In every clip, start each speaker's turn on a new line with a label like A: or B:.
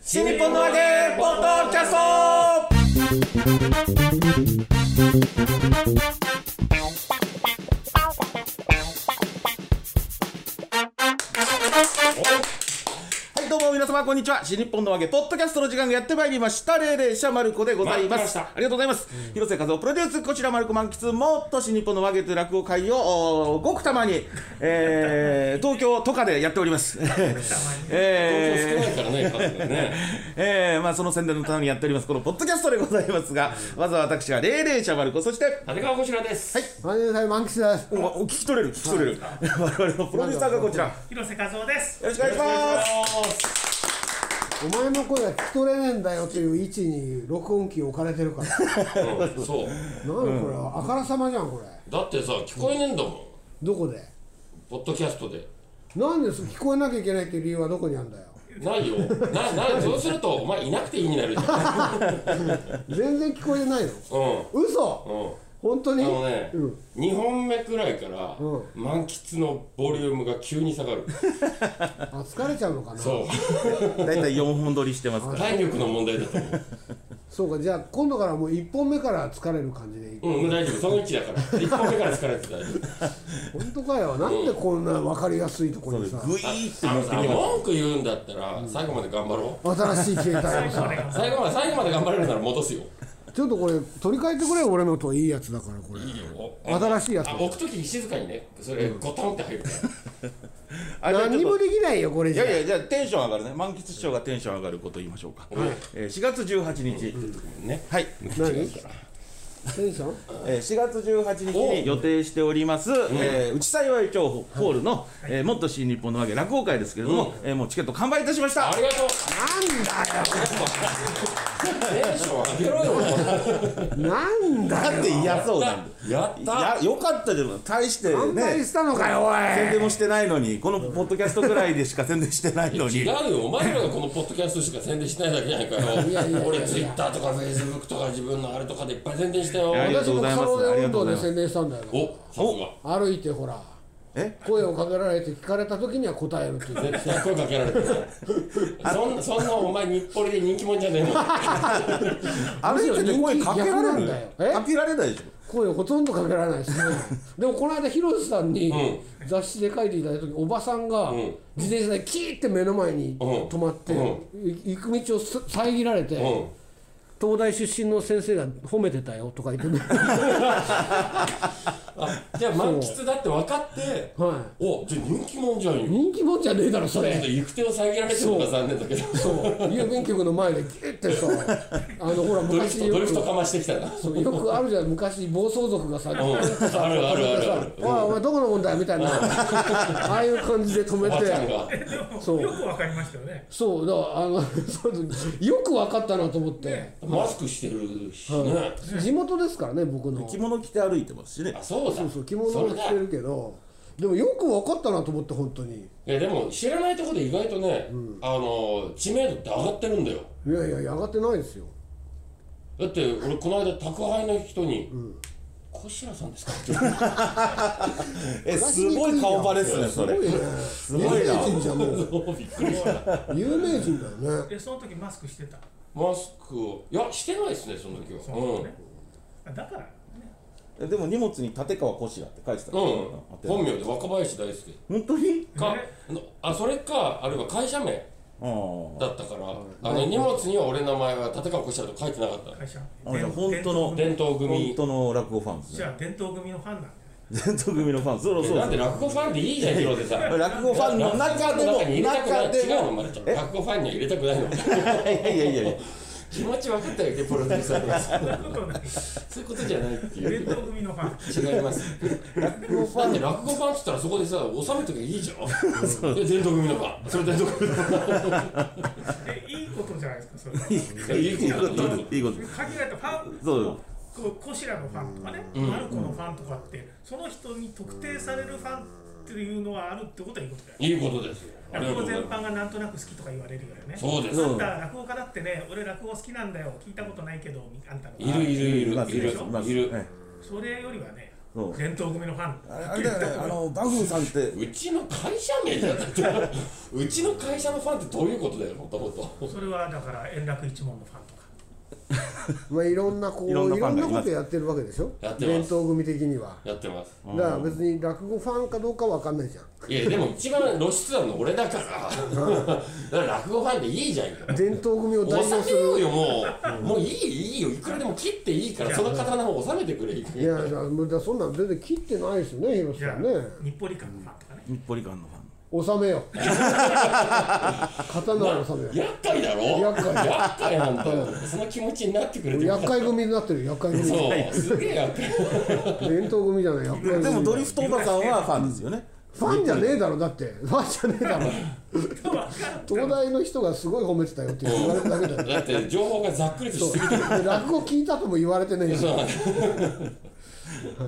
A: 新日本の揚げポッドキャストはいどうも皆様こんにちは新日本の揚げポッドキャストの時間がやってまいりました霊霊者マルコでございます、
B: まいりました
A: ありがとうございます、広瀬和夫プロデュースこちらマルコ満喫もっと新日本の揚げという落語会をおーごくたまに、えー、東京都下でやっております、えー
B: 東京少ないからね、数が ね。
A: えー、まあその宣伝のためにやっておりますこのポッドキャストでございますが、まずは私が霊霊者マルコそして
B: 立川こちらです。はい。
C: マネーさん満喫です。
A: おお聞き取れる聞き取れる 我々のプロデューサーがこちらよ
D: 広瀬和夫です。
A: ろしくお願いします
C: お前の声は聞き取れねえんだよっていう位置に録音機置かれてるから。なん
B: うんそう。
C: これ、あからさまじゃん、これ。
B: だってさ、聞こえねえんだもん。
C: どこで。
B: ポッドキャストで。
C: なんです、聞こえなきゃいけないっていう理由はどこにあるんだよ。
B: ないよ。な、な、そうすると、お前いなくていいになるじゃん。うん。
C: 全然聞こえてないの。嘘。
B: うん。
C: 本当
B: あ
C: に。
B: のね、
C: うん
B: 2本目くらいから、
C: うん
B: 満喫のボリュームが急に下がる。
C: あ、疲れちゃうのかな。
B: そ
A: 大体4本撮りしてますか
B: う。
A: ら
B: 体力の問題だと思う。
C: そうか、じゃあ、今度からもう一本目から疲れる感じでいく。
B: うん、大丈夫。その位置だから。1本目から疲れてた。
C: 本当かよ、なんでこんな分かりやすいところにさ。
A: グイーって
B: あ
A: 持
B: の
A: って
B: さ、
A: きま
B: 文句言うんだったら、最後まで頑張ろ
C: 新しい携帯を さ。
B: う。最後まで、最後まで頑張れるなら戻すよ。
C: ちょっとこれ、取り替えてくれよ、俺のといいやつだから、これ。
B: いいよ。
C: 新しいやつ
B: あ。置くときに静かにね、それゴトンって入るから。
A: すあじゃあちょっと
C: 何にもできないよ、これ
A: い
C: じゃ
A: や。いやじゃあテンション上がるね満喫師匠がテンション上がること言いましょうか、えー、4月18日、
B: ね。
A: はい、
C: 何。テンション。
A: えー、4月18日に予定しております、えー、内幸い町ホールの、えーもっと新日本のわけ落語会ですけれども、えーもうチケット完売いたしました
B: ありがとう。テンション上げろよ。
C: なんだよ
A: だって嫌そうなんで
B: や
A: い
B: った。
A: やよかったじゃん大して
C: 反対
A: ね
C: したのかよお
A: 宣
C: い
A: 伝もしてないのにこのポッドキャストぐらいでしか宣伝してないの
B: 違う
A: に
B: よ、お前らがこのポッドキャストしか宣伝しないだけじゃないかよ。俺、ツイッターとかフェイスブックとか自分のあれとかでいっぱい宣伝したよ。
A: やいや
C: 私もカロネ運動で宣伝したんだよ
B: お、さ
C: 歩いてほら
A: え
C: 声をかけられて聞かれた時には答えるって
B: す
C: いう
B: が。絶対声かけられてない。そんな、そんなお前、日暮里で人気者じゃねえもん。
A: あれって声かけられ
C: 逆なん
A: る
C: だよえ
A: かけられないでし
C: 声をほとんどかけられないですねでもこの間広瀬さんに
B: う
C: 雑誌で書いていただいた時おばさんが
B: うん
C: 自転車でキーって目の前に
B: うん
C: 止まって
B: う
C: い行く道をす遮られて
B: う
C: 東大出身の先生が褒めてたよとか 言ってね
B: ん。あ、じゃあ、満喫だって分かって、
C: は
B: お、じゃあ人気者じゃん
C: い
B: よ。
C: 人気者じゃねえだろ
B: ちょ
C: そ
B: っと
C: れ
B: 行く手を遮られてるのが残念だけど。
C: そう郵便局の前でギュッてさあのほら
B: ドリフ
C: 昔
B: ト、
C: よ
B: ドリフトか
C: く
B: ましてきたな。
C: そうよくあるじゃん昔暴走族がさ
B: うん、あるあるあるある。
C: おいお前どこのもんだよみたいなああいう感じで止
B: お
C: め
B: ばちゃん
C: て
B: が。
C: そう
D: よくわかりましたよね。
C: そうだからあのそうよく分かったなと思って
B: マスクしてるしね。
C: 地元ですからね僕の
A: ょ着物着て歩いてますしね
B: あ、そうだ。
C: そうそう着物も着てるけどでもよく分かったなと思って本当に
B: いやでも知らないところで意外とね、あの知名度って上がってるんだよ
C: いやいや上がってないですよ
B: だって俺この間宅配の人に「小白さんですか?」って言われて
A: え
C: 暮らし
A: す
C: にくいよ
A: ごい顔バレっすねそれ
C: すごいね
A: すごい
C: 有
A: な
C: 名人じゃんもう
B: そうびっくりした
C: 有名人だよね
D: で、その時マスクしてた。
B: マスクをいやしてないですねその時は
D: そうの
B: ん、
D: ね。あだから、ね、
A: えでも荷物に立川こしらって書いてた
B: うん、本
A: 本
B: 名で若林大輔
A: 当に
B: か
D: ね
B: のあそれかあるいは会社名
A: あー
B: だったから、あの荷物には俺の名前は立川こしらと書いてなかっ
D: 会社。
A: あじゃあ
D: 伝
A: 本当の
B: た
D: 伝
B: 伝統
A: 本
B: 組
A: 当の落語ファンです
D: じ
A: ね
D: ゃあ伝統組のファンなんだよね。
A: 伝統組のファンそろそ
B: え
A: ろ
B: なんで落語ファンでいいじゃん広瀬さん
A: 落語ファンの中でも
B: 中に入れたくない
A: 中で
B: 違うの
A: も
B: まるちゃん落語ファンには入れたくないの
A: いやいやいやいや
B: 気持ち分かったよねプロデューサーが
D: そんなことない。
B: そういうことじゃないってい
D: 伝
B: う
D: 統組のファン。
B: 違います
A: 落語フ
B: だっ
A: ァ
B: て
A: ン
B: 落語ファンっつったらそこでさ収めときゃいいじゃんで伝統組のファンそれ伝統組のフ
D: え、いいことじゃないですか、それ。
B: ァンい
A: いい
B: や
A: こ
B: いいこと
A: とですいいことです
D: 限られたファン。
A: そうよ
D: こう、こしらのファンとかね、
B: うん
D: マルコのファンとかって、その人に特定されるファンっていうのはあるってことはいいことだよ。
B: いいことですよありが
D: 落
B: とうご
D: 語
B: ざい
D: 全
B: ま
D: 般がなんとなく好きとか言われるよね。
B: すそうです
A: そう
D: あんた落語家だってね、俺落語好きなんだよ、聞いたことないけど、みあんたの。
B: いるいるいる
A: います
B: いる
A: います
B: いる
A: はい
D: それよりはね、
A: うん
D: 伝統組のファン
A: あれあれだよねあのバフンさんって
B: うちの会社名じゃなくてうちの会社のファンってどういうことだよもともと
D: それはだから円楽一門のファンとか
C: まあいろんなこうい
A: い
C: ろ
A: ろ
C: ん
A: んな
C: な
A: ファンがいます
C: ことやってるわけでしょ
B: やって
C: 伝
B: ます
C: 統組的には
B: やってます
C: だから別に落語ファンかどうかわかんないじゃん
B: いやでも一番露出なの俺だから だから落語ファンでいいじゃんよ
C: 伝統組を代表
B: 収
C: す
B: めよう
C: る
B: よもうもういいいいよいくらでも切っていいからその刀を収めてくれいい
C: いやいやもうだからそんなん全然切ってないですよね広
D: じ
C: 瀬
D: ゃ
C: さ
D: あ
C: んね
D: 日暮里館のファンとかね
A: 日暮里館のファン
C: 収めよう刀を収めよう
B: 厄介だろ
C: 厄介
B: 厄介なんだよその気持ちになってくれてよかっ
C: 厄
B: た
C: 介組になってる厄介組
B: そうすげえ厄介
C: 伝統組じゃない厄介組
A: でもドリフトおばさんはファンですよね
C: ファンじゃねえだろだってファンじゃねえだろ東大の人がすごい褒めてたよって言われただけだよ
B: だって情報がざっくりとし すぎてる
C: で落語聞いたとも言われてねえし
B: そう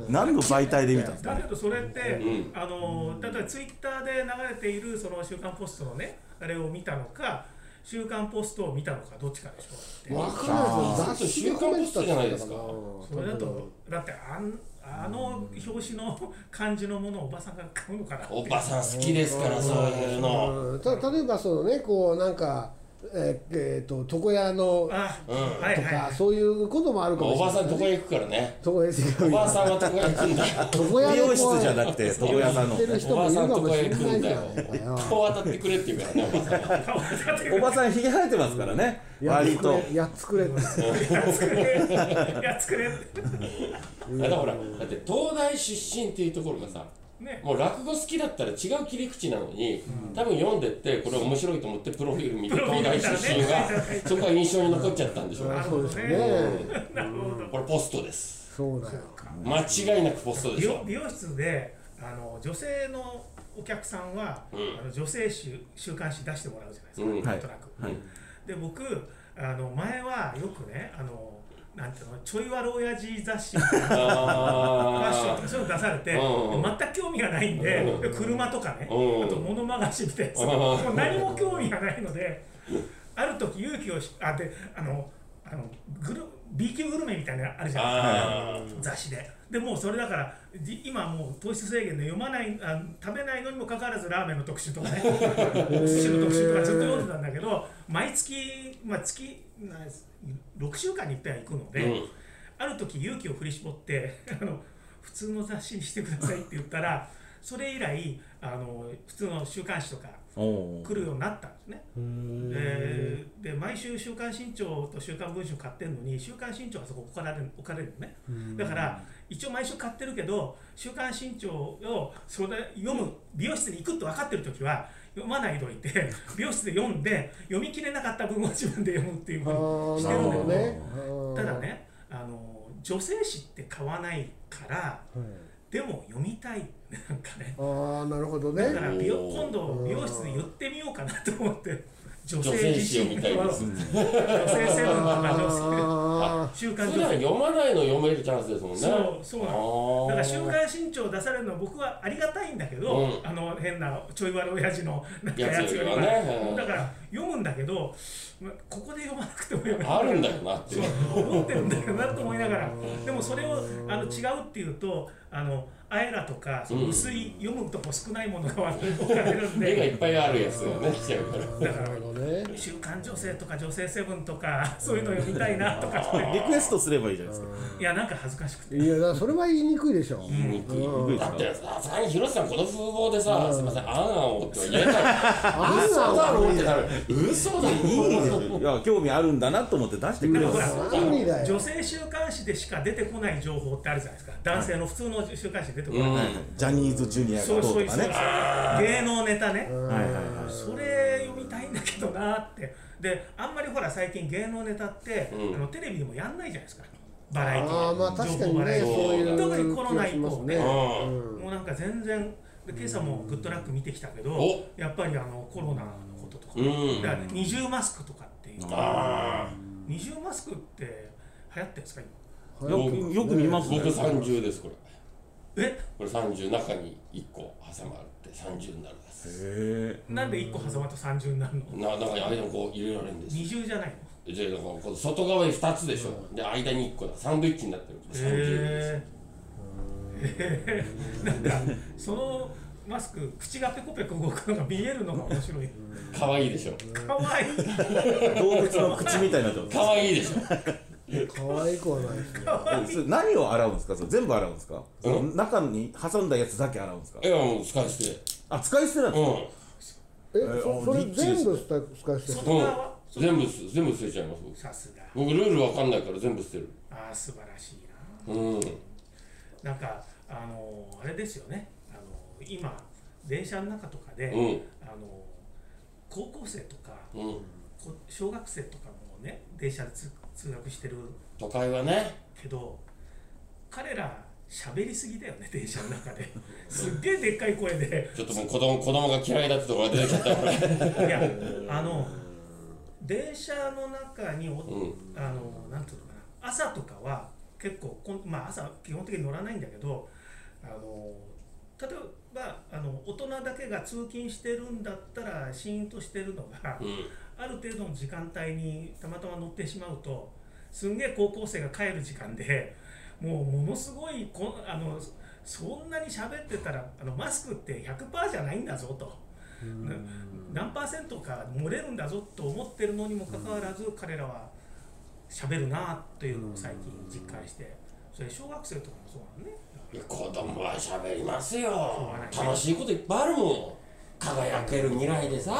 A: 何の媒体で見たんです
D: だ
A: か
D: けどそれって、あの例えばツイッターで流れているその週刊ポストのねあれを見たのか週刊ポストを見たのかどっちかでしょう
C: わかんないですよ雑誌で褒めてたって言ってた
B: あ
D: それだとだってあんあの表紙の感じのものをおばさんが買うのかなって
B: おばさん好きですからそういうの
C: うんた例えばそのねこうなんかえーえーと床屋の
D: あ、
B: うん
D: はい
C: と
D: はい
C: か
D: はい
C: そういうこともあるかも
B: お
C: し
B: ば
C: れない
B: さんどこへ行くからね
C: 床
B: お
C: 屋
B: ば
C: 床
B: あさんはどこへ行く んだよ
C: 屋
A: 美
C: でこう
A: 容室じゃなくて床屋さん
C: や
A: の
C: ってる人
B: おば
C: も
B: あ
C: いる
B: さんと
C: か
B: こ
C: もし
B: へ
C: れ
B: 行く
C: ない
B: んだ
C: じゃ
B: よ
C: んよ
B: こう渡ってくれって言うからねおばあさんは
D: 顔立てて
A: おばさんひげ生えてますからね
C: やっ
A: 割
C: つく
A: と
C: れやっつくれ
D: やっつくれやっつくれ
B: だからほらだって東大出身っていうところがさ
D: ね
B: もう落語好きだったら違う切り口なのに、多分読んでってこれ面白いと思ってプロフィール見て
D: プロフィ
B: 東
D: ール
B: 大
D: 見たらね
B: 出身が そこが印象に残っちゃったんでしょ
D: なる
C: そ
D: ほ
C: う
D: ど
C: です
D: ね
C: よね
D: なるほど
B: これポストです
C: そうだよ
B: 間違いなくポストで
D: 美
B: し
D: 容
B: ょ
D: 美容室であの女性のお客さんは、
B: うん
D: あの女性誌週刊誌出してもらうじゃないですか、
B: うん
D: なんとなく。
A: はい
D: で僕あの前はよくねあのなんていうのちょい悪親父 雑誌みたいなファッション
B: あ
D: とかそういうの出されて、
B: うん
D: 全く興味がないんで、
B: う
D: 車とかね、
B: うん
D: あと物まがしみたいなやつ、
B: うん
D: もう何も興味がないので、ある時勇気をしあであのあのグル B 級グルメみたいなのあるじゃないですか。
B: あ
D: 雑誌ででもうそれだからじ今もう糖質制限で読まないあ食べないのにもかかわらずラーメンの特集とかねお寿司の特集とかずっと読んでたんだけど毎月、まあ、月な6週間に1回は行くので、
B: うん
D: ある時勇気を振り絞って あの普通の雑誌にしてくださいって言ったらそれ以来あの普通の週刊誌とか
A: おお
D: 来るようになったんですね。でで毎週「週刊新潮」と「週刊文春」買ってるのに「週刊新潮」はそこ置かれる置かれるのねだから一応毎週買ってるけど「週刊新潮」をそれ読む美容室に行くって分かってる時は読まないといて 美容室で読んで読み切れなかった分を 自分で読むっていう
C: あ
D: ふうに
C: ー
D: し
C: な
D: て
C: る
D: るん
C: ほ
D: だ
C: ど
D: よ
C: ね
D: ただねあの女性誌って買わないからでも読みたいなんかね
C: あーなるほ どね
D: だから美容
B: おー
D: 今度美容室で言ってみようかなと思って女
B: 女性誌を見たい
D: 女
B: です
D: 性セブンとか女
C: あ
D: 性週
B: あ
D: 刊
B: 普段
D: 女性
B: 読まないの読めるチャンスですもんね
D: そうそうな
B: の
D: だから週刊新潮出されるのは僕はありがたいんだけど、
B: うん
D: あの変なちょい悪親父のなんかや
B: や
D: つ
B: つ
D: よ
B: よ
D: り
B: り
D: は
B: はねうん
D: だから読むんだけどまここで読まなくても読め
B: あるんだよなっていう
D: 思ってるんだよなと思いながらでもそれをあの違うっていうとあのあえらとかその薄い、読むとこ少ないものが割と置かれるん
B: 絵がい
D: で
B: っぱいあるやつがね来ちゃうから
C: ーなるほどね
D: 「週刊女性」とか「女性セブン」とか そういうの読みたいなとか
A: リクエストすればいいじゃないですか
D: いやなんか恥ずかしくて
C: いやだからそれは言いにくいでしょ
B: 言いにくい
A: うん
B: だってさすがに広瀬さんこの風貌でさすいませんあんあんをっては言えない
C: あんな
B: 嘘だ
C: は
B: ろっ
C: 無
B: て
C: 理
B: な
C: だ
B: る嘘だろ
A: いいいや興味あるんだなと思って出してく
D: な
A: れ
D: んか
A: ま
D: ほ
A: す
D: ら
C: 無理だよ
D: 女性週刊誌でしか出てこない情報ってあるじゃないですか男性の普通の週刊誌
B: うん
D: で出てこない、
A: ジャニーズジュニアが
D: そ
A: ど
D: う
A: うと
D: そ
A: か
D: うそうそう
A: ね
D: 芸能ネタね
A: はいはいはい
D: それ読みたいんだけどなってであんまりほら最近芸能ネタって、
B: うん
D: あのテレビでもやんないじゃないですかバラエティ
C: ああまあ確か
D: 情報
C: に
D: バラ
C: ね
D: エテ
C: そう
D: ィ
C: いう
D: 特にコロナ以
C: 気が
D: 降ね
C: しますね
B: うん
D: もうなんか全然で今朝も「グッドラック」見てきたけど
B: お
D: やっぱりあのコロナのこととか、
B: うん
D: だから二重マスクとかっていう
B: あ
D: 二重マスクって流行ってるんですか今
B: あ
A: よくよく見ますね
B: 僕30ですこれ
D: え
B: これ30中に1個挟まって30になるんです
A: へ
D: なんで1個挟まると30になるの
B: な中に間にこう入れられるんです
D: 二重じゃないの
B: じゃあこう外側に2つでしょで間に1個だサンドイッチになってるこれ30です
D: へえなんかそのマスク口がペコペコ動くのが見えるのが面白い
B: 可愛いでしょ
D: かわいい
A: 動物の口みたいになってます
B: 可愛いでしょ
C: 可愛くはないですね。
A: えそれ何を洗うんですかそれ全部洗うんですか、その中に挟んだやつだけ洗うんですか
B: いやもう使い捨て
A: あ使い捨てなん
B: う
A: ですか、
B: ん
C: え、
A: ー
C: そ
A: あ
C: それ
A: リッチです
C: 全部使い捨て
D: 外
B: うん
D: 側は
B: 全部す全部捨てちゃいます僕
D: さすが
B: 僕ルールわかんないから全部捨てる
D: ああ素晴らしいな
B: うん
D: なんかあのあれですよねあの今電車の中とかで、
B: うん
D: あの高校生とか
B: うん
D: こ小学生とかもね電車で通通学してる
B: 都会はね
D: けど彼ら喋りすぎだよね電車の中ですっげえでっかい声で
B: ちょっともう子供子供が嫌いだってところが出てきちゃった
D: いやあの電車の中にお、
B: う
D: あのなんていうのかな朝とかは結構こんまあ朝基本的に乗らないんだけどあの例えばあの大人だけが通勤してるんだったらシーンとしてるのが、
B: うん
D: ある程度の時間帯にたまたま乗ってしまうとすんげえ高校生が帰る時間で もうものすごいこあのそんなに喋ってたらあのマスクって100%じゃないんだぞと。な何パーセントか漏れるんだぞと思ってるのにもかかわらず彼らは喋るなというのを最近実感してそれ小学生とかもそうなのね
B: いや子供は喋りますよ
D: うがない
B: 楽しいこといっぱいあるもん輝ける未来でさ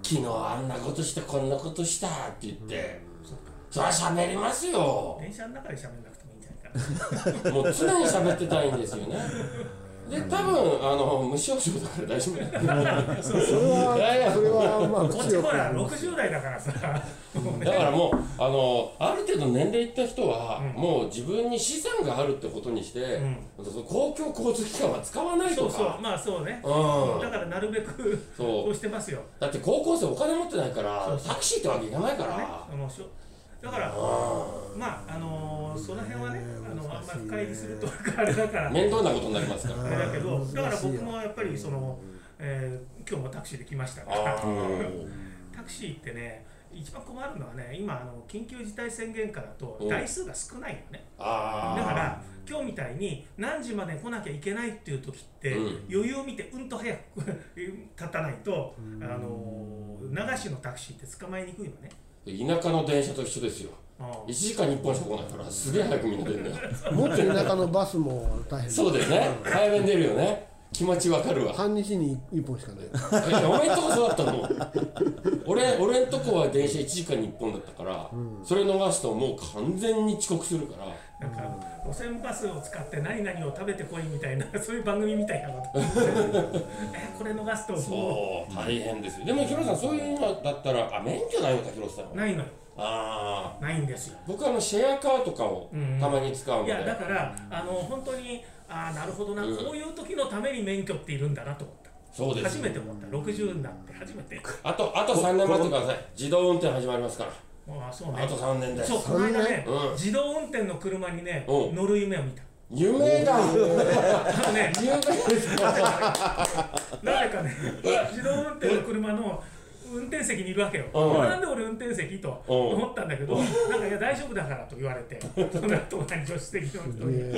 B: 昨日あんなことしたこんなことしたって言って
D: そうか
B: そりゃ喋りますよ
D: 電車の中で喋んなくてもいいんじゃないかな
B: もう常に喋ってたいんですよねで多分あの無症状だから大丈夫だよ
C: それ
B: いやい
C: は
B: や
C: それはまあ
D: こっ
C: 口
D: ち
C: よ
D: ほ
C: く
D: ら60代だからさもうね
B: だからもうあのある程度年齢いった人は、
D: うん
B: もう自分に資産があるってことにして、
D: うん
B: その公共交通機関は使わない
D: そ
B: と
D: う
B: か
D: そうまあそうね
B: うん
D: だからなるべく
B: そう
D: こうしてますよ
B: だって高校生お金持ってないから
D: そうそう
B: タクシーってわけいかないか
D: ね
B: ら、
D: あのしょだからまああのーその辺はねあのあんまり会議するとあれだから
B: 面倒なことになりますから
D: あれだけど
C: 難しい
D: だ
C: よ
D: から僕もやっぱりその、えー今日もタクシーで来ましたから
B: あー
D: タクシーってね一番困るのはね今あの緊急事態宣言下だと
B: うん
D: 台数が少ないよねだ
B: あー
D: から今日みたいに何時まで来なきゃいけないっていう時って、
B: うん
D: 余裕を見てうんと早く立たないと、あのー流しのタクシーって捕まえにくいのね。
B: 田舎の電車と一緒ですよ
D: うん
B: 1時間に1本しか来ないからすげえ早くみんな出るんだよ
C: もっと田舎のバスも大変
B: そうだよね早めに出るよね気持ちわかるわ
C: 半日に一本しかない
B: い やお前んとこそうだったの俺俺んとこは電車1時間に1本だったから、それ逃すともう完全に遅刻するから
D: なんか路線バスを使って何々を食べてこいみたいな そういう番組みたいなこと えこれ逃すとも
B: そう大変ですよでもヒロさんそういうのだったらあ免許ないのかヒロさん
D: う
B: は
D: ないのよ
B: ああ
D: ないんですよ
B: 僕はあのシェアカーとかを
D: うん
B: たまに使うの
D: い
B: で、
D: やだからあの本当にああなるほどな、
B: うん
D: こういう時のために免許っているんだなと思った
B: そうです
D: 初めて思った60になって初めて
B: あとあと3年待ってください自動運転始まりますから
D: ああそう
B: あ
D: ね
B: と3年で
D: そうこの間ね、
B: うん
D: 自動運転の車にね、
B: うん
D: 乗る夢を見た
B: 夢だ
D: あの ね
B: 夢
D: なぜかね、自動運転の車の運転席にいるわけよ。
B: うん
D: なんで俺運転席と
B: うん
D: 思ったんだけど、なんかいや大丈夫だからと言われて、そんな隣助手席の人に。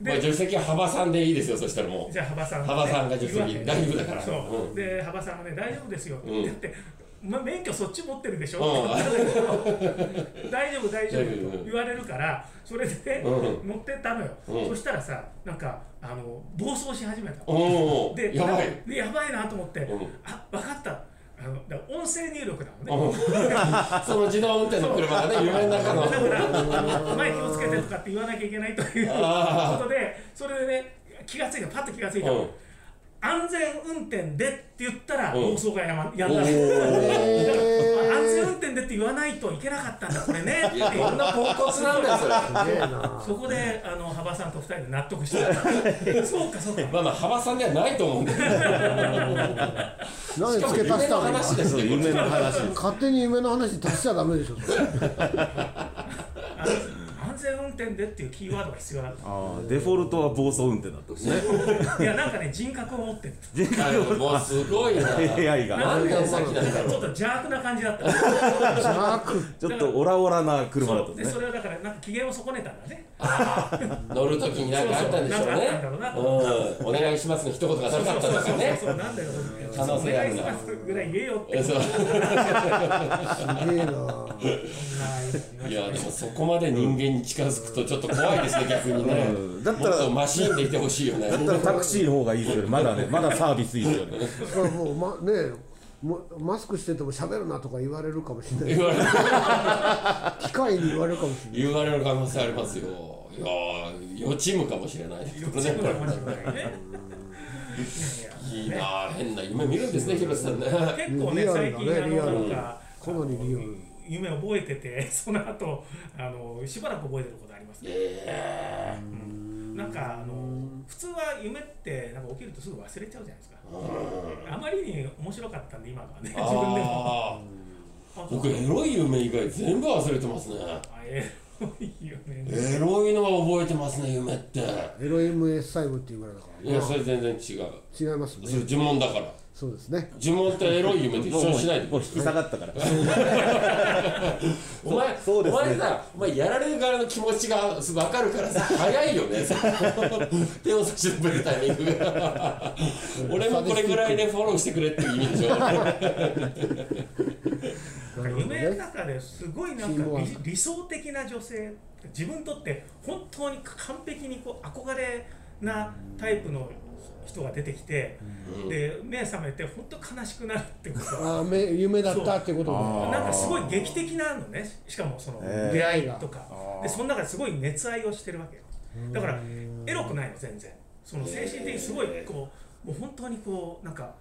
B: まあ
D: で、
B: 助手席は幅さんでいいですよそしたらも
D: じゃあ幅さん
B: 幅さんが助手席
D: 言うわけ
B: 大丈夫だから
D: そうう。で、幅さんがね、大丈夫ですよって言って。ま免許そっち持ってるでしょ、
B: うん
D: って言ったんだけど大丈夫大丈
B: 大丈
D: 夫
B: 夫
D: と言われるからそれで、
B: う
D: 乗ってったのよ、
B: うん
D: そしたらさなんかあの暴走し始めたの
B: うおお
D: で
B: やばい
D: なでやばいなと思って、
B: うん
D: あ分かったあのだから音声入力だも
B: う
D: んね
B: んその自動運転の車がね夢の中
D: だ
B: の
D: からあの前気をつけてとかって言わなきゃいけないという
B: あー
D: ことでそれでね気がついたパッと気がついた、
B: うん
D: 安全運転でって言ったら
B: うん
D: 暴走がや,、ま、やん
B: お
D: だのだから
C: へー
D: 安全運転でって言わないといけなかったんだこれねって
B: い
D: い
B: やこん
D: う
B: なポンコツなんだよそれ
C: すげえな
D: そこであの幅さんと二人で納得した そうかそうか
B: まあまあ幅さんではないと思うんだけ
C: 何
B: ど
C: 付け足
B: 夢の
C: したの
B: 話ですよこれ
A: 夢の話
C: 勝手に夢の話足しちゃダメでしょそれ
D: 安全運転でっていうキーワードが必要だっ
A: あ
D: た
A: ーデフォルトは暴走運転だったんですね
D: いやなんかね人格を持ってる
A: 人
B: あ
A: 格
B: のもうすごいな
A: AI が
B: 何年先なんだ
D: ち
B: ろ
D: ょっと
B: う
D: 邪悪な感じだった
C: 邪悪
A: ちょっとオラオラな車だった
D: そ
A: ん
D: う
A: で
D: ですそ
A: ね
D: れはだからなんか機嫌を損ねたんだね
B: 乗る時に何かあったんでしょう
D: そう
B: ね
D: そうなんかあったんだろうな
B: うんお願いしますの一言が
D: そう
B: 高か
D: そう
B: ったとか
D: そうそう
B: ね
D: そうなんだよ
B: 可能
D: お
B: 性があ
D: 願い
B: る
D: し
B: な
D: ますぐらい言えよって
B: そう
C: すげえな
D: そんない
B: やでもそこまで人間に近づくとちょっと怖いですね逆にね
A: うんだった
B: もっと
A: ら
B: マシーンでいてほしいよね
A: だったらタクシーの方がいいですよねまだねまだサービスいいですよね
C: だからもうまねえもマスクしてても喋るなとか言われるかもしれない
B: 言われる
C: 機械に言われるかもしれない
B: 言われる可能性ありますよいやー予知夢かもしれないです
D: よく
B: ね
D: チェックな感じだね
B: いいなあ変な夢見るんですね広瀬さんね
D: 結構ね
C: リアルだね
D: 最近あ
C: リア
D: の
C: ル
D: なんか
C: かなりリアル
D: 夢覚えてて その後あのしばらく覚えてることありますね
B: え
D: なんかあの普通は夢ってなんか起きるとすぐ忘れちゃうじゃないですかあまりに面白かったんで今のはね自
B: ー、
D: 分でも
B: あ
D: あ
B: ー僕エロい夢以外全部忘れてますね
D: あええ いいよね
B: エロいのは覚えてますね夢ってい
C: エロ MS 細胞っていうぐらいだから
B: やそれ全然違う
C: 違います
B: それ
C: ね
B: 呪文だから
C: そうですね
B: 呪文とエロい夢と一
A: もう
B: 緒
A: も
B: に
A: う
B: しないで
A: もう引き下がった から
B: お前
A: そうですね
B: お前さお前やられる側の気持ちが分かるからさ早いよね手を差し伸べるタイミングが俺もこれぐらいでフォローしてくれっていう意味でしょ
C: なるほど
D: 夢の
C: ね
D: 中ですごいなん
C: キーワ
D: か
C: ー
D: 理理想的な女性自分にとって本当に完璧にこう憧れなタイプの人が出てきて、で目覚めて本当悲しくなるってこと
C: ああめ夢だったってこと
A: そうあー
D: なんかすごい劇的なのねしかもその
A: えー
D: 出会いとか、でその中ですごい熱愛をしてるわけよだからエロくないの全然その精神的にすごいこうもう本当にこうなんか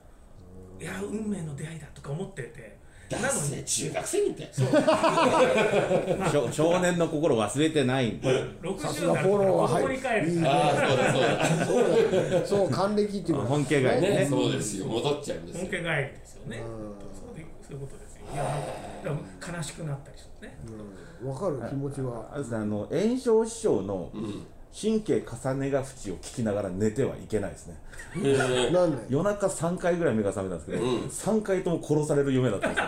D: いや運命の出会いだとか思ってて
B: だ
D: な
B: っ
D: の
B: せ
D: に
B: 中学生みたい
A: 少少年の心忘れてないんで
C: さ
D: 60
C: す
D: に
C: が
D: なる
C: フォロー
D: と
C: は
D: 子供に帰るから、
B: ああそうだそうだ
C: そうだよそう還暦っていうぐらい
A: 本家外ね
B: ねそうですよ戻っちゃうんで
D: 本
B: す
D: 家帰
B: よ
D: りですよねそうでそういうことですよいやなんかだから悲しくなったりするね
C: うんわかる気持ちは
A: あれですねあの炎症師匠の
B: ん
A: 神経重ねが淵を聞きながら寝てはいけないですね
B: へえ
C: なんない
A: 夜中3回ぐらい目が覚めたんですけど、
B: うん
A: 3回とも殺される夢だったんで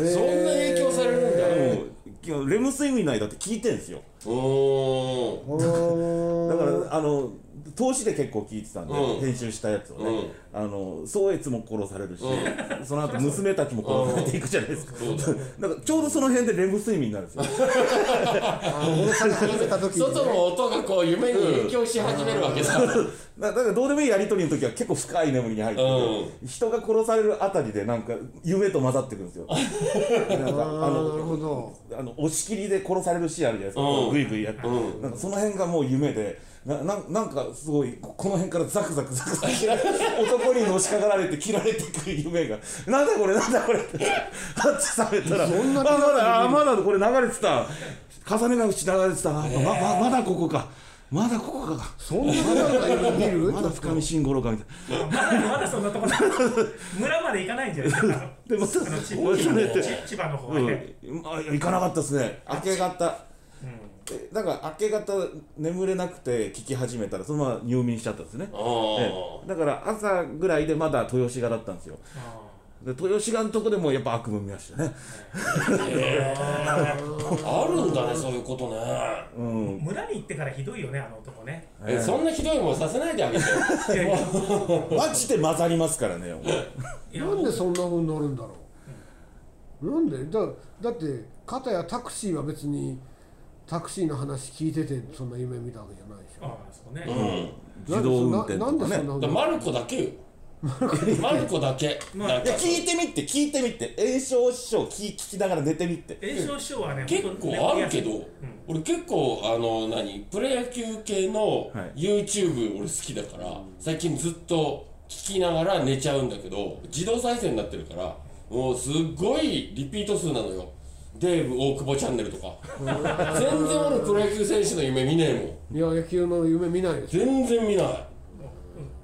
A: すよ
C: そん
B: そんな影響されるんだ
A: でも今日レム睡眠内だって聞いてんですよ
B: おー
A: だ
C: だ
A: か
C: から
A: あの投資で結構聞いてたんで、
B: うん
A: 編集したやつをね、あの宗悦も殺されるし、
B: う
A: その後娘たちも殺されていくじゃないですか、
B: そうだ
A: なんかちょうどその辺でレム睡眠になるんですよ
C: ら俺から始めた時にね
B: 外の音がこう夢に影響し始めるわけだ、
A: だだからどうでもいいやり取りの時は結構深い眠りに入ってて、人が殺されるあたりでなんか夢と混ざってくるんですよなんかあ
C: ああなる
A: の
C: ほど
A: あの押し切りで殺されるシーンあるじゃないですか、
B: うん
A: グイグイやって、
B: うん
A: なんかその辺がもう夢でなななんかすごいここの辺からザクザクザクザ ク男にのしかかられて切られてくる夢がなんだこれなんだこれってパッて覚めたら
C: そんな
A: あ
C: 気がする
A: まだあまだこれ流れてた重ねが口流れてた、あまままだここかまだここか
C: そんなこと見る
A: まだ深見慎五郎かみたい
D: まだまだそんなところ村まで行かないんじゃないですか
A: な。でま
D: あの
A: た
D: ち
A: おしゃれて、
D: ち千葉の方
A: う
D: は
A: ん
D: ね、
A: あ行かなかったですね。明け方。えだから明け方眠れなくて聞き始めたらそのまま入眠しちゃったんですね。え
B: あ
A: えだから朝ぐらいでまだ豊志賀だったんですよ。
D: あ
A: で豊志賀のとこでもやっぱ悪夢見ましたね。
B: あるんだねそういうことね、
A: うん。
D: ー村に行ってからひどいよねあの男ね
B: えそんなひどいもんさせないであげてよ
D: いやいや
A: マジで混ざりますからね。もう
D: いや
C: なんでそんなふうになるんだろうなんでだだって片やタクシーは別にタクシーの話聞いててそんな夢見たわけじゃないでし
D: ああそうね、
B: う
C: ょ
A: 自動運転
C: なんで
A: と
C: そ
A: かね
C: ん。ななん
B: んだ
C: でそん
B: マ
C: な
B: ルコだけよマルコだけなん
A: いや
B: か
A: 聞いてみて聞いてみて炎症師匠聞聞きながら寝てみて。
D: 炎症師匠はね
B: 結構あるけど、
D: 本
B: 俺結構あの何プロ野球系の
A: はい
B: YouTube 俺好きだから、最近ずっと聞きながら寝ちゃうんだけど自動再生になってるからもうすっごいリピート数なのよデーブ大久保チャンネルとか全然俺プロ野球選手の夢見ねえもん
C: いや野球の夢見な いです
B: 全然見ない
D: 当にね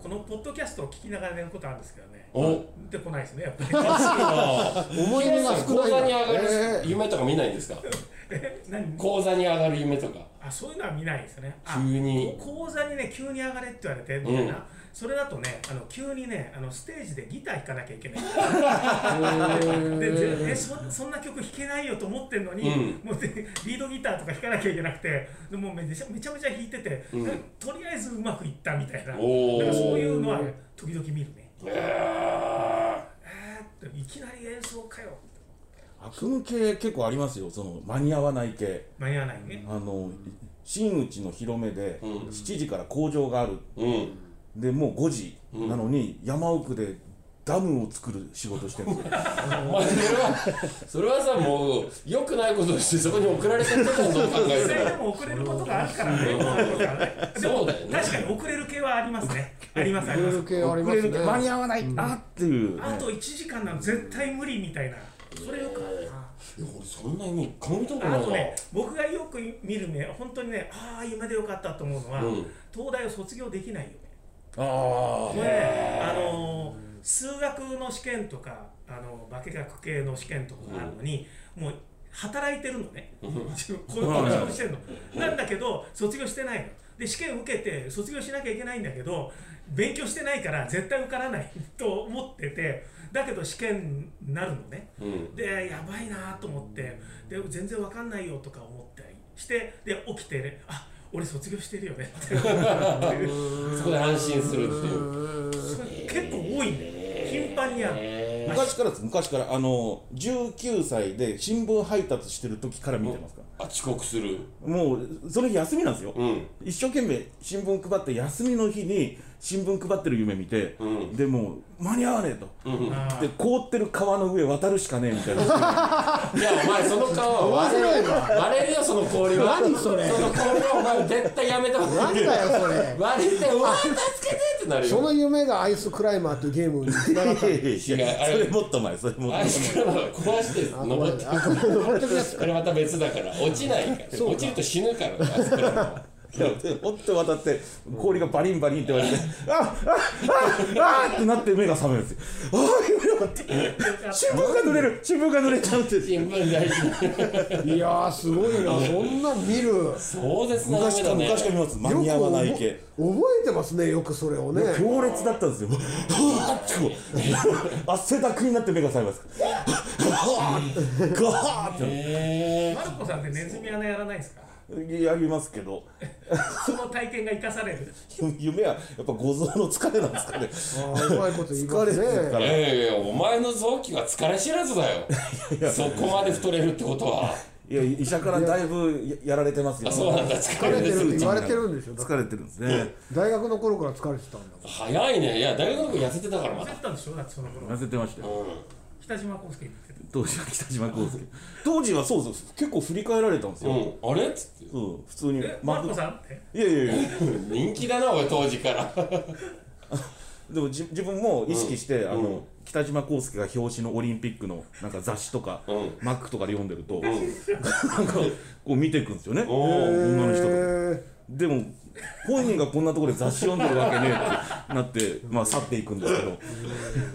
D: うんこのポッドキャストを聞きながら寝ることあるんですけどね
B: お
D: 出てこないですねやっぱ
C: 思い出が少
B: 口座
C: ない
B: に上
C: な
B: がる
C: え
B: 夢とか見ないんですか
D: りえ何
B: 口座に上がる夢とか
D: ああそういうのは見ないですね。あ
B: 急に
D: こ講座にね急に上がれって言われてみたいな、それだとねあの急にねあのステージでギター弾かなきゃいけない。でぜえそそんな曲弾けないよと思ってるのに、もうでリードギターとか弾かなきゃいけなくてでもうめちゃめちゃめちゃ弾いてて、
B: ん
D: とりあえずうまくいったみたいななんか
B: おー
D: そういうのは時々見るね。
B: え
D: えーっていきなり演奏かよ
A: 悪夢系結構ありますよその間に合わない系
D: 間に合わないね。
A: あの真打ちの広めで
B: うん
A: 7時から工場がある
B: ーうん
A: でもう5時
B: うん
A: なのに山奥でダムを作る仕事してるんです よ
B: まあそれはそれはさもう良くないことをしてそこに送られちゃってたのどう考
D: そ
B: え
D: れ
B: て
D: で
B: も
D: も遅れることがあるからね。で
B: そう
D: も
B: だよね
D: 確かに遅れる系はあります ね。ありますありま
C: れ
D: す
C: る。系ありま
A: 遅れ
C: す
A: るけ
C: ね
A: ど間に合わないなっていうね
D: あと1時間なの絶対無理みたいな。それよくあるな。
B: いや俺そんな夢考えたことな
D: あ
B: い
D: と
B: わ
D: ね、僕がよく見るね、本当にね、ああ、今でよかったと思うのは、
B: うん
D: 東大を卒業できないよね。
A: あ
D: これね、あのー数学の試験とか、あの化学系の試験とかがあるのに、もう働いてるのね、自分、こういうことしてるの。なんだけど、卒業してないの。で、試験受けて、卒業しなきゃいけないんだけど、勉強してないから、絶対受からない と思ってて、だけど試験になるのね。
B: うん
D: でやばいなと思ってで全然わかんないよとか思ったりしてで起きて、ね、あ俺卒業してるよね って
B: そこで安心するっていう
D: それ結構多いんだよね頻繁にある
B: え
A: 昔からです昔からあの19歳で新聞配達してる時から見てますか
B: ーあ遅刻する
A: らもうその日休みなんですよ
B: うん
A: 一生懸命新聞配って休みの日に新聞配ってる夢見て、
B: うん
A: でもう間に合わねえと、
B: うん
D: あ
A: で凍ってる川の上渡るしかねえみた いな
B: いやお前その顔は割れる割れるよその氷は
E: 何それ
B: その氷はお前絶対やめた方が
E: なん
B: いい
E: だよそれ
B: 割れてうわ助けてってなる
C: そ
B: よ
C: の夢がアイスクライマーというゲームに繋がった
A: いやいやいや
B: あれ
A: それもっと前それもっと
B: ア
A: 前
B: イスクラブ壊して登って
C: あこれ登ってるやつ
B: これまた別だから落ちないから落ちると死ぬからねアイスクラブはい
A: やで折って渡って氷がバリンバリンって言われて「あああああってなって目が覚めるんですよ「ああ夢だ」って
D: ー
A: 新聞が濡れる新聞が濡れちゃうって
B: 新聞大事
C: いやーすごいなそんなん見るよ
B: 壮絶な
A: 昔
B: 夢
A: から
B: だね
A: 昔から見ます間に合わない系
C: く覚覚えてますねよくそれをね
A: 強烈だったんですよ はあってこう汗だくになって目が覚めますはあガーって
B: へ
D: マルコさんってネズミ穴やらないですか
A: やりますけど
D: その体験が生かされる
A: 夢はやっぱ五臓の疲れなんですかね
C: あーうまいこと言いま
A: 疲れ
C: す
A: てるか
C: ね
B: え
A: ら、
B: いやいやお前の臓器は疲れ知らずだよそこまで太れるってことはい
A: や医者からだいぶややられてますよ
B: あそうなんだ疲
C: 疲れ
B: れ
C: て
B: る
C: るって言われてるんでしょだって
A: 疲れてるんですね
C: 大学の頃から疲れてたんだもん
B: 早いねいや大学の頃痩せてたからま
D: 忘れ
B: だ
D: てたんでしょだってその頃
A: 痩せてましたよ
D: 北島康介言ってた
A: 当時は北島康介当時はそうそう結構振り返られたんです
B: う
A: よ、
B: んうんあれっつって
A: うん普通に
D: えマ
A: ま
D: ルコさんって
A: いやいやいや
B: 人気だな俺当時から
A: でもじ自分も意識して、
B: ん
A: あの
B: うん
A: 北島康介が表紙のオリンピックのなんか雑誌とか、
B: うん
A: マックとかで読んでると、なんかこう見ていくんですよね
B: おー
A: 女の人とか
C: え
A: でも本人がこんなところで雑誌読んでるわけねえってなってまあ去っていくんですけど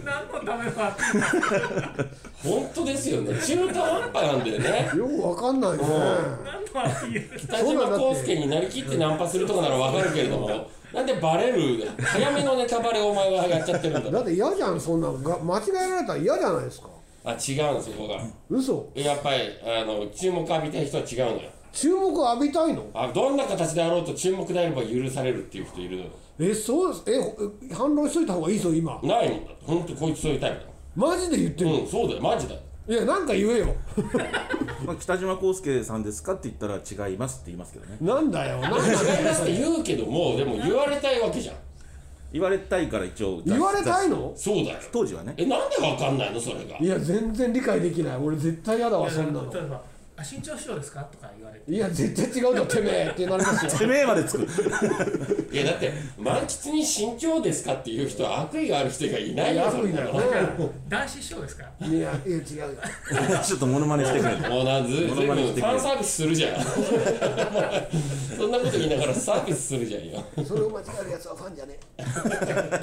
D: 何のためのアピール
B: 本当ですよね中途半端なんだよね
C: ーよくわかんないね
D: 何のアピール
B: 北島康介になりきってナンパするとかならわかるけれどもなんでバレる早めのネタバレをお前はやっちゃってるんだ
C: だって嫌じゃんそんなのが間違えられたら嫌じゃないですか
B: あ違うんそこが
C: 嘘
B: やっぱりあの注目浴びたい人は違うのよ
C: 注目を浴びたいの
B: あどんな形であろうと注目であれば許されるっていう人いるのよ
C: えそうですえほえ反論しといた方がいいぞ今
B: ないもんだってほんとこいつそういうタイプ
C: マジで言って
B: だ
C: る
B: うんそうだよマジだよ
C: いやなんか言えよ
A: まあ北島康介さんですかって言ったら違いますって言いますけどね
C: なんだ よなん
B: 違いますって言うけどもでも言われたいわけじゃん
A: 言われたいから一応雑
C: 言われたいの
B: そうだよ
A: 当時はね
B: えなんでわかんないのそれが
C: いや全然理解できない俺絶対嫌だわそんなの
D: 例えば「あ身長師匠ですか?」とか言われ て
C: いや絶対違うだてめえってなりますよ
A: てめえまでつく
B: いやだって満喫に慎重ですかっていう人は悪意がある人がいないよ
C: 悪意だよね
D: 男子師匠ですか
C: いやいや違うよ
A: ちょっとモノマネして くれ
B: もうなんずずいぶ
A: モノマネし
B: ん
A: て
B: フ
A: くれ
B: ァンサービスするじゃん そんなこと言いながらサービスするじゃんよ
E: それを間違えるやつはファンじゃね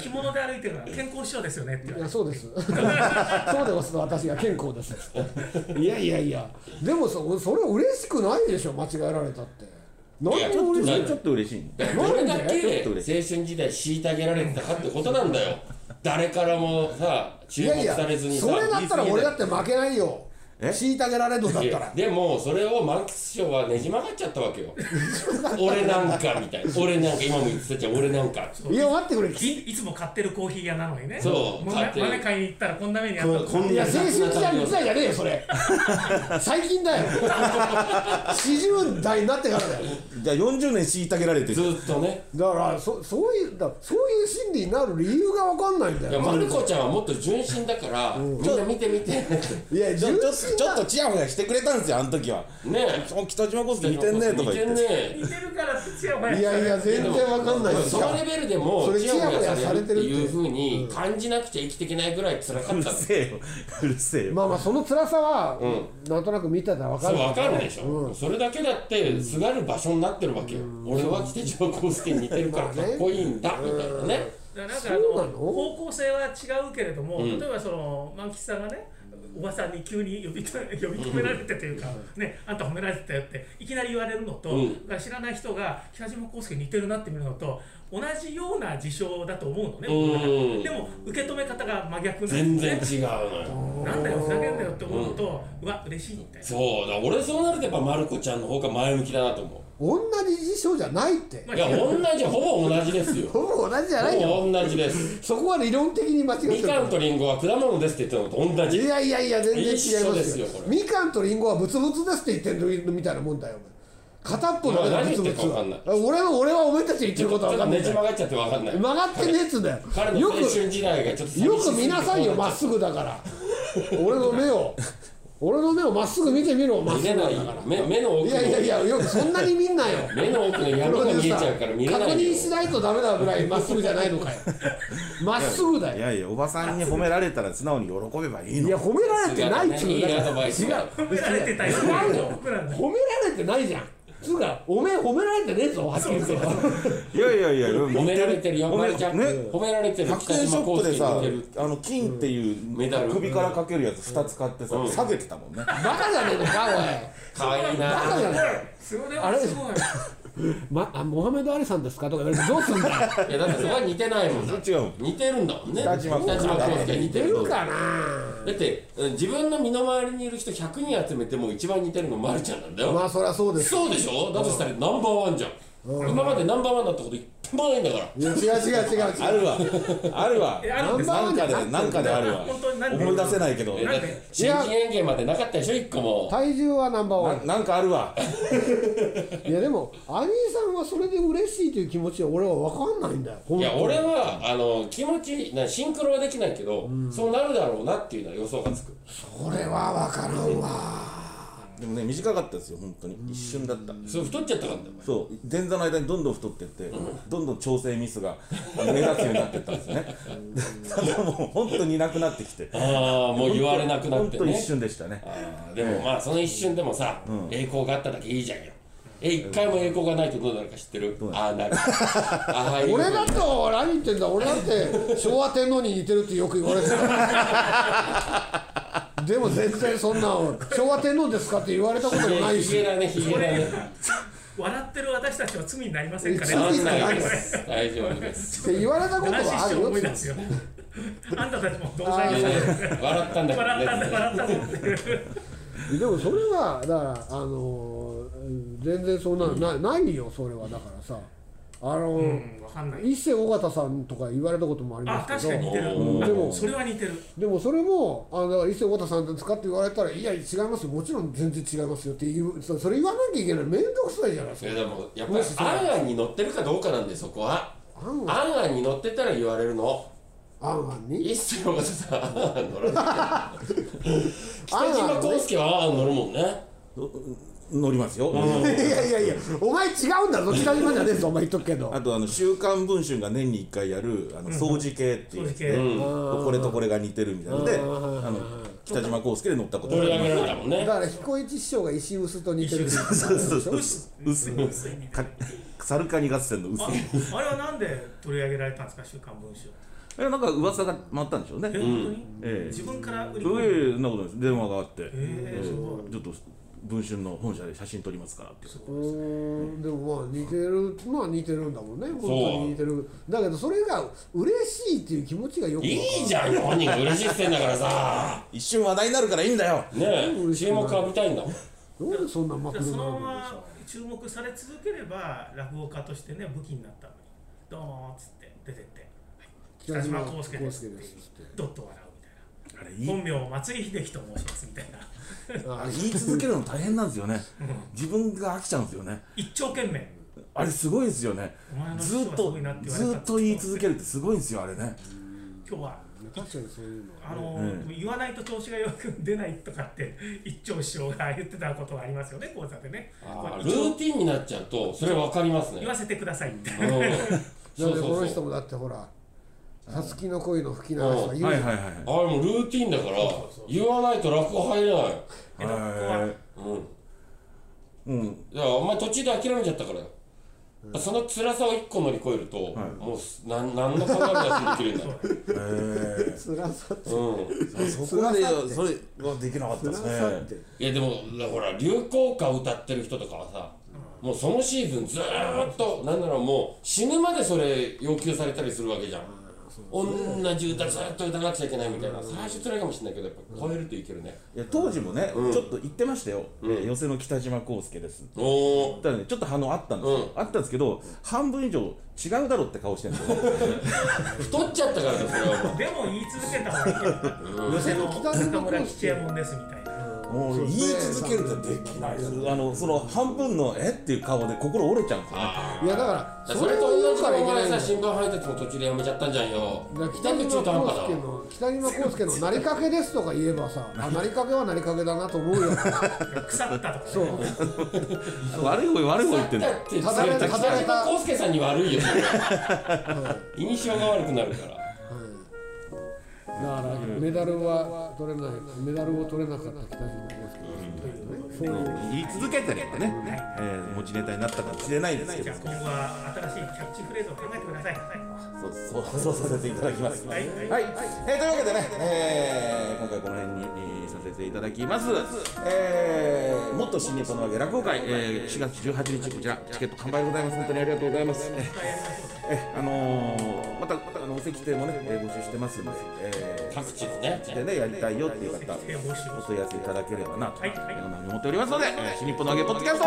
D: 着物で歩いてるのは健康師匠ですよねって言わ
C: い
D: れ
C: や
D: て
C: そうですそうでます私が健康 ですいやいやいやでもそそれ嬉しくないでしょ間違えられたってなんで俺
A: そ
C: が
A: れちょっと嬉しいの
B: どれだけ
A: ちょ
B: 青
A: っと
B: 春
A: 嬉
B: 時代虐げられてたかってことなんだよ誰からもさ注
C: い
B: 目
C: やいや
B: されずにさ
C: それだったら俺だって負けないよ
A: え
C: 虐げられるのだっ
B: い
C: た
B: や
C: ら
B: でもそれを満喫師匠はねじ曲がっちゃったわ けよ俺なんかみたいな俺なんか今も言ってたじゃん俺なんか
D: そう
C: いや待ってくれ
D: いいつも買ってるコーヒー屋なのにね
B: そう
D: も
B: 買ってる
D: 豆買いに行ったらこんな目にあった
A: こんない
C: や青春時代の時代じゃねえよそれ最近だよ40代になってからだよ
A: じゃあ40年虐げられて
B: ず
A: る
B: っとね
C: だからそそういうだそういう心理になる理由が分かんないんだ
B: いや
C: よ
B: まる子ちゃんはもっと純真だからみんな見て見てね
C: いや
A: ちょ
C: 純
A: ちょ
C: 粋
A: ちょっと
C: な
A: ちやほやしてくれたんですよあの時はお北島康介似てんねとか
B: 似て
A: 言
B: ん
A: って
B: ね
D: 似てるから土屋お前
C: いやいや全然分かんないです
B: そ
C: よ
B: のレベルでも
C: それ
B: ちやほやされるって
C: ちやほやされてる
B: い
C: っ
B: う
C: て
B: ふうに感じなくちゃ生きていけないぐらい辛か
A: う
B: っ
A: る
B: たんです
A: せえようるせえよ
C: まあまあその辛さは、なんとなく見てたら分か
B: そう
C: る
B: わかるでしょ、それだけだってすがる場所になってるわけよ、俺は北島康介に似てるからかっこいいんだみたいなね、
D: だからなんかあ
C: そうな
D: の
C: の
D: 方向性は違うけれども、
B: うん
D: 例えばその満喫さんがねおばさんに急に呼び止め 呼び止められてというか、ね、あんた褒められてたよっていきなり言われるのと、
B: うん
D: だから知らない人が北島康介似てるなって見るのと同じような事象だと思うのね、
B: うん
D: でも受け止め方が真逆なん
B: 全
D: です
B: 然
D: ね
B: 違うのよ
D: なんだよふざけんなよって思うのと、うわ嬉しいみたいな。
B: そうだ俺そうなるとやっぱまる子ちゃんの方が前向きだなと思
C: 同じ事象じゃないって
D: ま
B: う
D: あ
B: いや同じほぼ同じですよ
C: ほぼ同じじゃないよ
B: ほぼ同じです
C: そこは理論的に間違って
B: み
C: る
B: かんとりんごは果物ですって言ったのと同
C: い
B: じ
C: やいやいや全然違います
B: 一緒
C: よ
B: ですよこれ
C: みかんとりんごはブツブツですって言ってるみたいなもんだよお前片っぽだけ
B: まあ
C: だ
B: 何
C: ブツ
B: 言
C: ブ
B: ってる
C: ツ
B: か分かんない
C: 俺は俺はお前たちに言って
B: ちょ
C: る
B: っと
C: ことは分かんな
B: ね
C: い
B: じ曲がっちゃって分かんない
C: 曲がってねえっつうんだよ
B: 彼の
C: よ
B: 青春
C: く
B: 時代がちょっと寂しすぎて
C: よく見なさいよまっすぐだから俺の目を俺の目をまっすぐ見てみろまっ
B: 見
C: す
B: れ
C: ぐだ
B: ない
C: か
B: よ
C: ら
B: 目目の奥
C: い
B: の
C: やいやいやよくそんなに見んなよ
B: 目の奥の闇が見えちゃうから見れないよ
C: 確認しないとダメだぐらいまっすぐじゃないのかよまっすぐ
A: い
C: だよ
A: やいやおばさんに褒められたら素直に喜べばいい
C: い
A: の
C: や褒められてないっつう
B: い
C: のだ
B: いア
C: か
B: ド
C: ら
B: バイス
C: 違う
D: 褒められてたよ。
C: 違うよ
D: 僕ら
C: 褒
D: の
C: められてないじゃんつうかおめえ褒められてねえぞはっきり言って
A: いやいや いや
B: 褒められてるよ、
A: 褒
B: ま
A: め
B: るちゃん。
A: ね
B: 褒められてる。
A: 100円ショップでさ
B: 北島康介に似てる
A: あの金っていう
B: メダル
A: 首からかけるやつ2つ買って
B: う
A: さ
B: ん
A: 下げてたもんね
C: バカじゃねえのか
B: 可愛い
C: バカ
B: な。
C: じゃない
D: それはすごい。
C: おい、ま、あモハメド・アリさんですかとか言われてどうすんだよ
B: いや、だってそこは似てないもんな。
A: 違うもん
B: 似てるんだもんね。
A: 北島康介
B: 康介似て
C: 出
B: る
C: る
B: だ
C: かな
B: って、うん自分の身の回りにいる人100人集めても一番似てるのまるちゃんなんだよ。
C: まあそりゃそうです
B: そうでしょだとしたらナンバーワンじゃん。今までナンバーワンだったこと一回もないんだから。
C: いや違う違う違う違う
A: あるわあるわ
D: いやあるんですよ
A: なんかでなんかであるわ
D: 本当に何
A: 思い出せないけど
B: えだって新規演芸までなかったでしょ、一個も。
C: 体重はナンバーワ
A: な
C: ン
A: なんかあるわ
C: いやでもアニーさんはそれで嬉しいという気持ちは俺は分かんないんだよ
B: い
C: 本当
B: や、
C: に
B: 俺は、あの、気持ち、なシンクロはできないけど、そうなるだろうなっていうのは予想がつく。
C: それは分からんわ
A: でもね短かったですよ本当に一瞬だった
B: それ太っちゃったからだよ。
A: そう前座の間にどんどん太ってって、どんどん調整ミスが目立つようになってったんですね ただもう本当にいなくなってきて
B: ああもう言われなくなっ
A: 本
B: て
A: 当一
B: ね
A: 瞬でしたね
B: あーでもまあその一瞬でもさ、栄光があっただけいいじゃんよえ一回も栄光がないとどうなるか知ってる、ああな るああいう
C: 俺だって何言ってんだ俺だって昭和天皇に似てるってよく言わ れてたでも全然そんな昭和天皇ですかって言われたこともない
B: ひげ
C: し
B: だねひげだね
D: 笑ってる私たちは罪になりませんかね。
C: 罪
B: そ
C: に
B: ん
C: な
B: な
C: り
B: わ
C: ま
B: けで
C: せ
B: す大丈夫です
C: って言われたこと
D: 話
C: はあ
D: して
C: るよ
D: 思い出すよ。あんたたちも同罪
B: い
D: に
B: や
D: さ
B: い
D: れ
B: や
D: てる
B: 笑ったんだから
D: 笑
B: ね
D: ったんだ笑ったんだっていう。
C: でもそれはだからあのー全然そんなのなないよそれはだからさあの
D: う
C: ー
D: んわかんない。
C: 一世尾形さんとか言われたこともあり
D: あ
C: ま
D: 確
C: す
D: か
C: け
D: に
C: ど
D: 似てる。
B: うん
D: あ
C: でも
D: それは似てる。
C: でもそれもあのだから伊勢太田さんですかって言われたらいや違いますよもちろん全然違いますよっていうそそれ言わなきゃいけない面倒くさいじゃないです
B: そ
C: か
B: れでもやっぱりアンアンに乗ってるかどうかなんでそこは
C: あんわ
B: アンアンに乗ってたら言われるの
C: あんわんに
B: 一世の方さアンアン乗らないけど北
C: アンアン
B: 島
C: ね
B: 康介はアンアン乗るもんね
A: 乗りますよ、
C: いやいやいやお前違うんだぞ北島じゃねえぞお前言っとくけ ど
A: あとあの「週刊文春」が年に1回やるあの掃除系ってい
D: 正
A: う、
D: 直。
B: うん
A: これとこれが似てるみたいなので、
C: うん
A: あの北島康介で乗ったことがあ
B: 取り上げ
A: り
B: ら
A: ま
B: れたもんね
C: だから彦一師匠が石臼と似てる
D: 石
A: す。 そうそうそう。薄い
D: 薄いね
A: かサルカニ合戦の薄
D: あ
A: い。
D: あれはなんで取り上げられたんですか週刊文春。
A: えなんか噂が回ったんでしょうね
D: え。本当に？
A: ええ
D: 自分から売り込んで。
A: ええそんなことないです電話があって、
D: ええすごい
A: ちょっと文春の本社で写真撮りますからっていう
C: うーんでもまあ似てるのは似てるんだもんね本当に似てるだけどそれが嬉しいっていう気持ちがよくわかる
B: いいじゃん本人が嬉しいってんだからさ
A: 一瞬話題になるからいいんだよ
B: ね
C: 嬉
B: え
C: しい
B: 注目浴びたいんだもん
C: なんでそんな真っ
D: だから
C: 黒
D: そ
C: な
D: の
C: の
D: ま
C: か
D: ま注目され続ければ落語家としてね武器になったのにどうもっつって出てって「北島康介です」って
C: 康介
D: どっと笑
A: あれ
D: うみたいな本名松井秀喜と申しますみたいな
C: ですあ
A: あれ言い続けるの大変なんですよね自分が飽きちゃうんですよね
D: 一丁懸命
A: あれすごいですよね
D: お前の
A: ずっ
D: 人はす
A: と
D: ごいなって言われた
A: ずっと言い続けるってすごいんですよあれね
D: 今日は
C: 確かにそういうのは
D: あの、
A: う
D: 言わないと調子がよく出ないとかって一丁師匠が言ってたことがありますよね講座でね
B: あー
D: こ
B: ル
D: れ
B: ーティンになっちゃうとそれ分かりますね
D: 言わせてくださいって、
B: うん
C: だ
B: そ
C: っ
B: う
C: てこ
B: そ
C: の
B: う
C: 人
B: そう
C: もだってほら「たすきの恋の吹き流し」は言うじゃん
A: はいはいはいはい
B: あれもうルーティンだから
D: そうそうそう
B: 言わないと落語入れない
D: 江戸っ子は
B: うん
A: うん
B: いやお前途中で諦めちゃったからよ、その辛さを一個乗り越えると、もうすなん何の考えもなしにできるん
A: へ
B: だ
A: え
C: 辛さって
B: うん
A: そこまでそれはできなかった
C: 辛
A: です
C: さっ
A: ね
C: て
B: いやでもほら流行歌を歌ってる人とかはさ、もうそのシーズンずーっとなんならもう死ぬまでそれ要求されたりするわけじゃん、同じ歌ずーっと歌わなくちゃいけないみたいな、最初辛いかもしれないけどやっぱ超えるといけるね、
A: いや当時もね、
B: うん
A: ちょっと言ってましたよ、
B: うん
A: えー寄席の北島康介ですって
B: おお
A: 言ったらねちょっと反応あったんですよ、あったんですけど半分以上違うだろって顔してるんですよね
B: 太っちゃったからだよそれはもう
D: でも言い続けた方がいいよな寄せの中村吉右衛門ですみたいな
A: もう言い続けるってできないですあのその半分のえっていう顔で心折れちゃうんですよね
B: あ
C: いやだから
B: ー
C: そ
B: それ
C: れ
B: と
C: を言
B: 同
C: う
B: じ
C: からい
B: お
C: けない
B: 前
C: んだ
B: さ
C: よ
B: 新聞配達も途中でやめちゃったんじゃんよ
C: だか
B: 北
C: ら北
B: 口
C: 島
B: 中途半端
C: 康
B: だ
C: 介の北島康介のなりかけですとか言えばさあなりかけはなりか けだなと思うよ
D: 腐ったとか、ね、
C: そう
A: 悪い方悪い方言ってんの
B: だって
C: ただれた
B: 北
C: ただれた
B: 島康介さんに悪いよそれ
C: はい
B: 印象が悪くなるから
C: はい、だからメダルは取れないメダルを取れなかった北島康介ですね
A: 言い続けてればね、えー持ちネタになったかもしれないですけ
D: じ
A: ど
D: ゃあ今後は新しいキャッチフレーズを考えてください
A: そうそうそうさせていただきます。
D: はいはい
A: はい、えーというわけでね、えー今回この辺に、えーさせていただきます。えーもっと新日本のわけ落語会、えー4月18日こちらチケット完売でございます。本当にありがとうございます。えーえーあのーまたまたあのお席亭もね、えー募集してますんで、え
B: 各地のね
A: ーでねやりたいよっていう方。
D: えー募集
A: お問い合わせいただければなと、
D: はいいはいう
A: ふうに思っておりますので、えー新日本の揚げポッドキャスト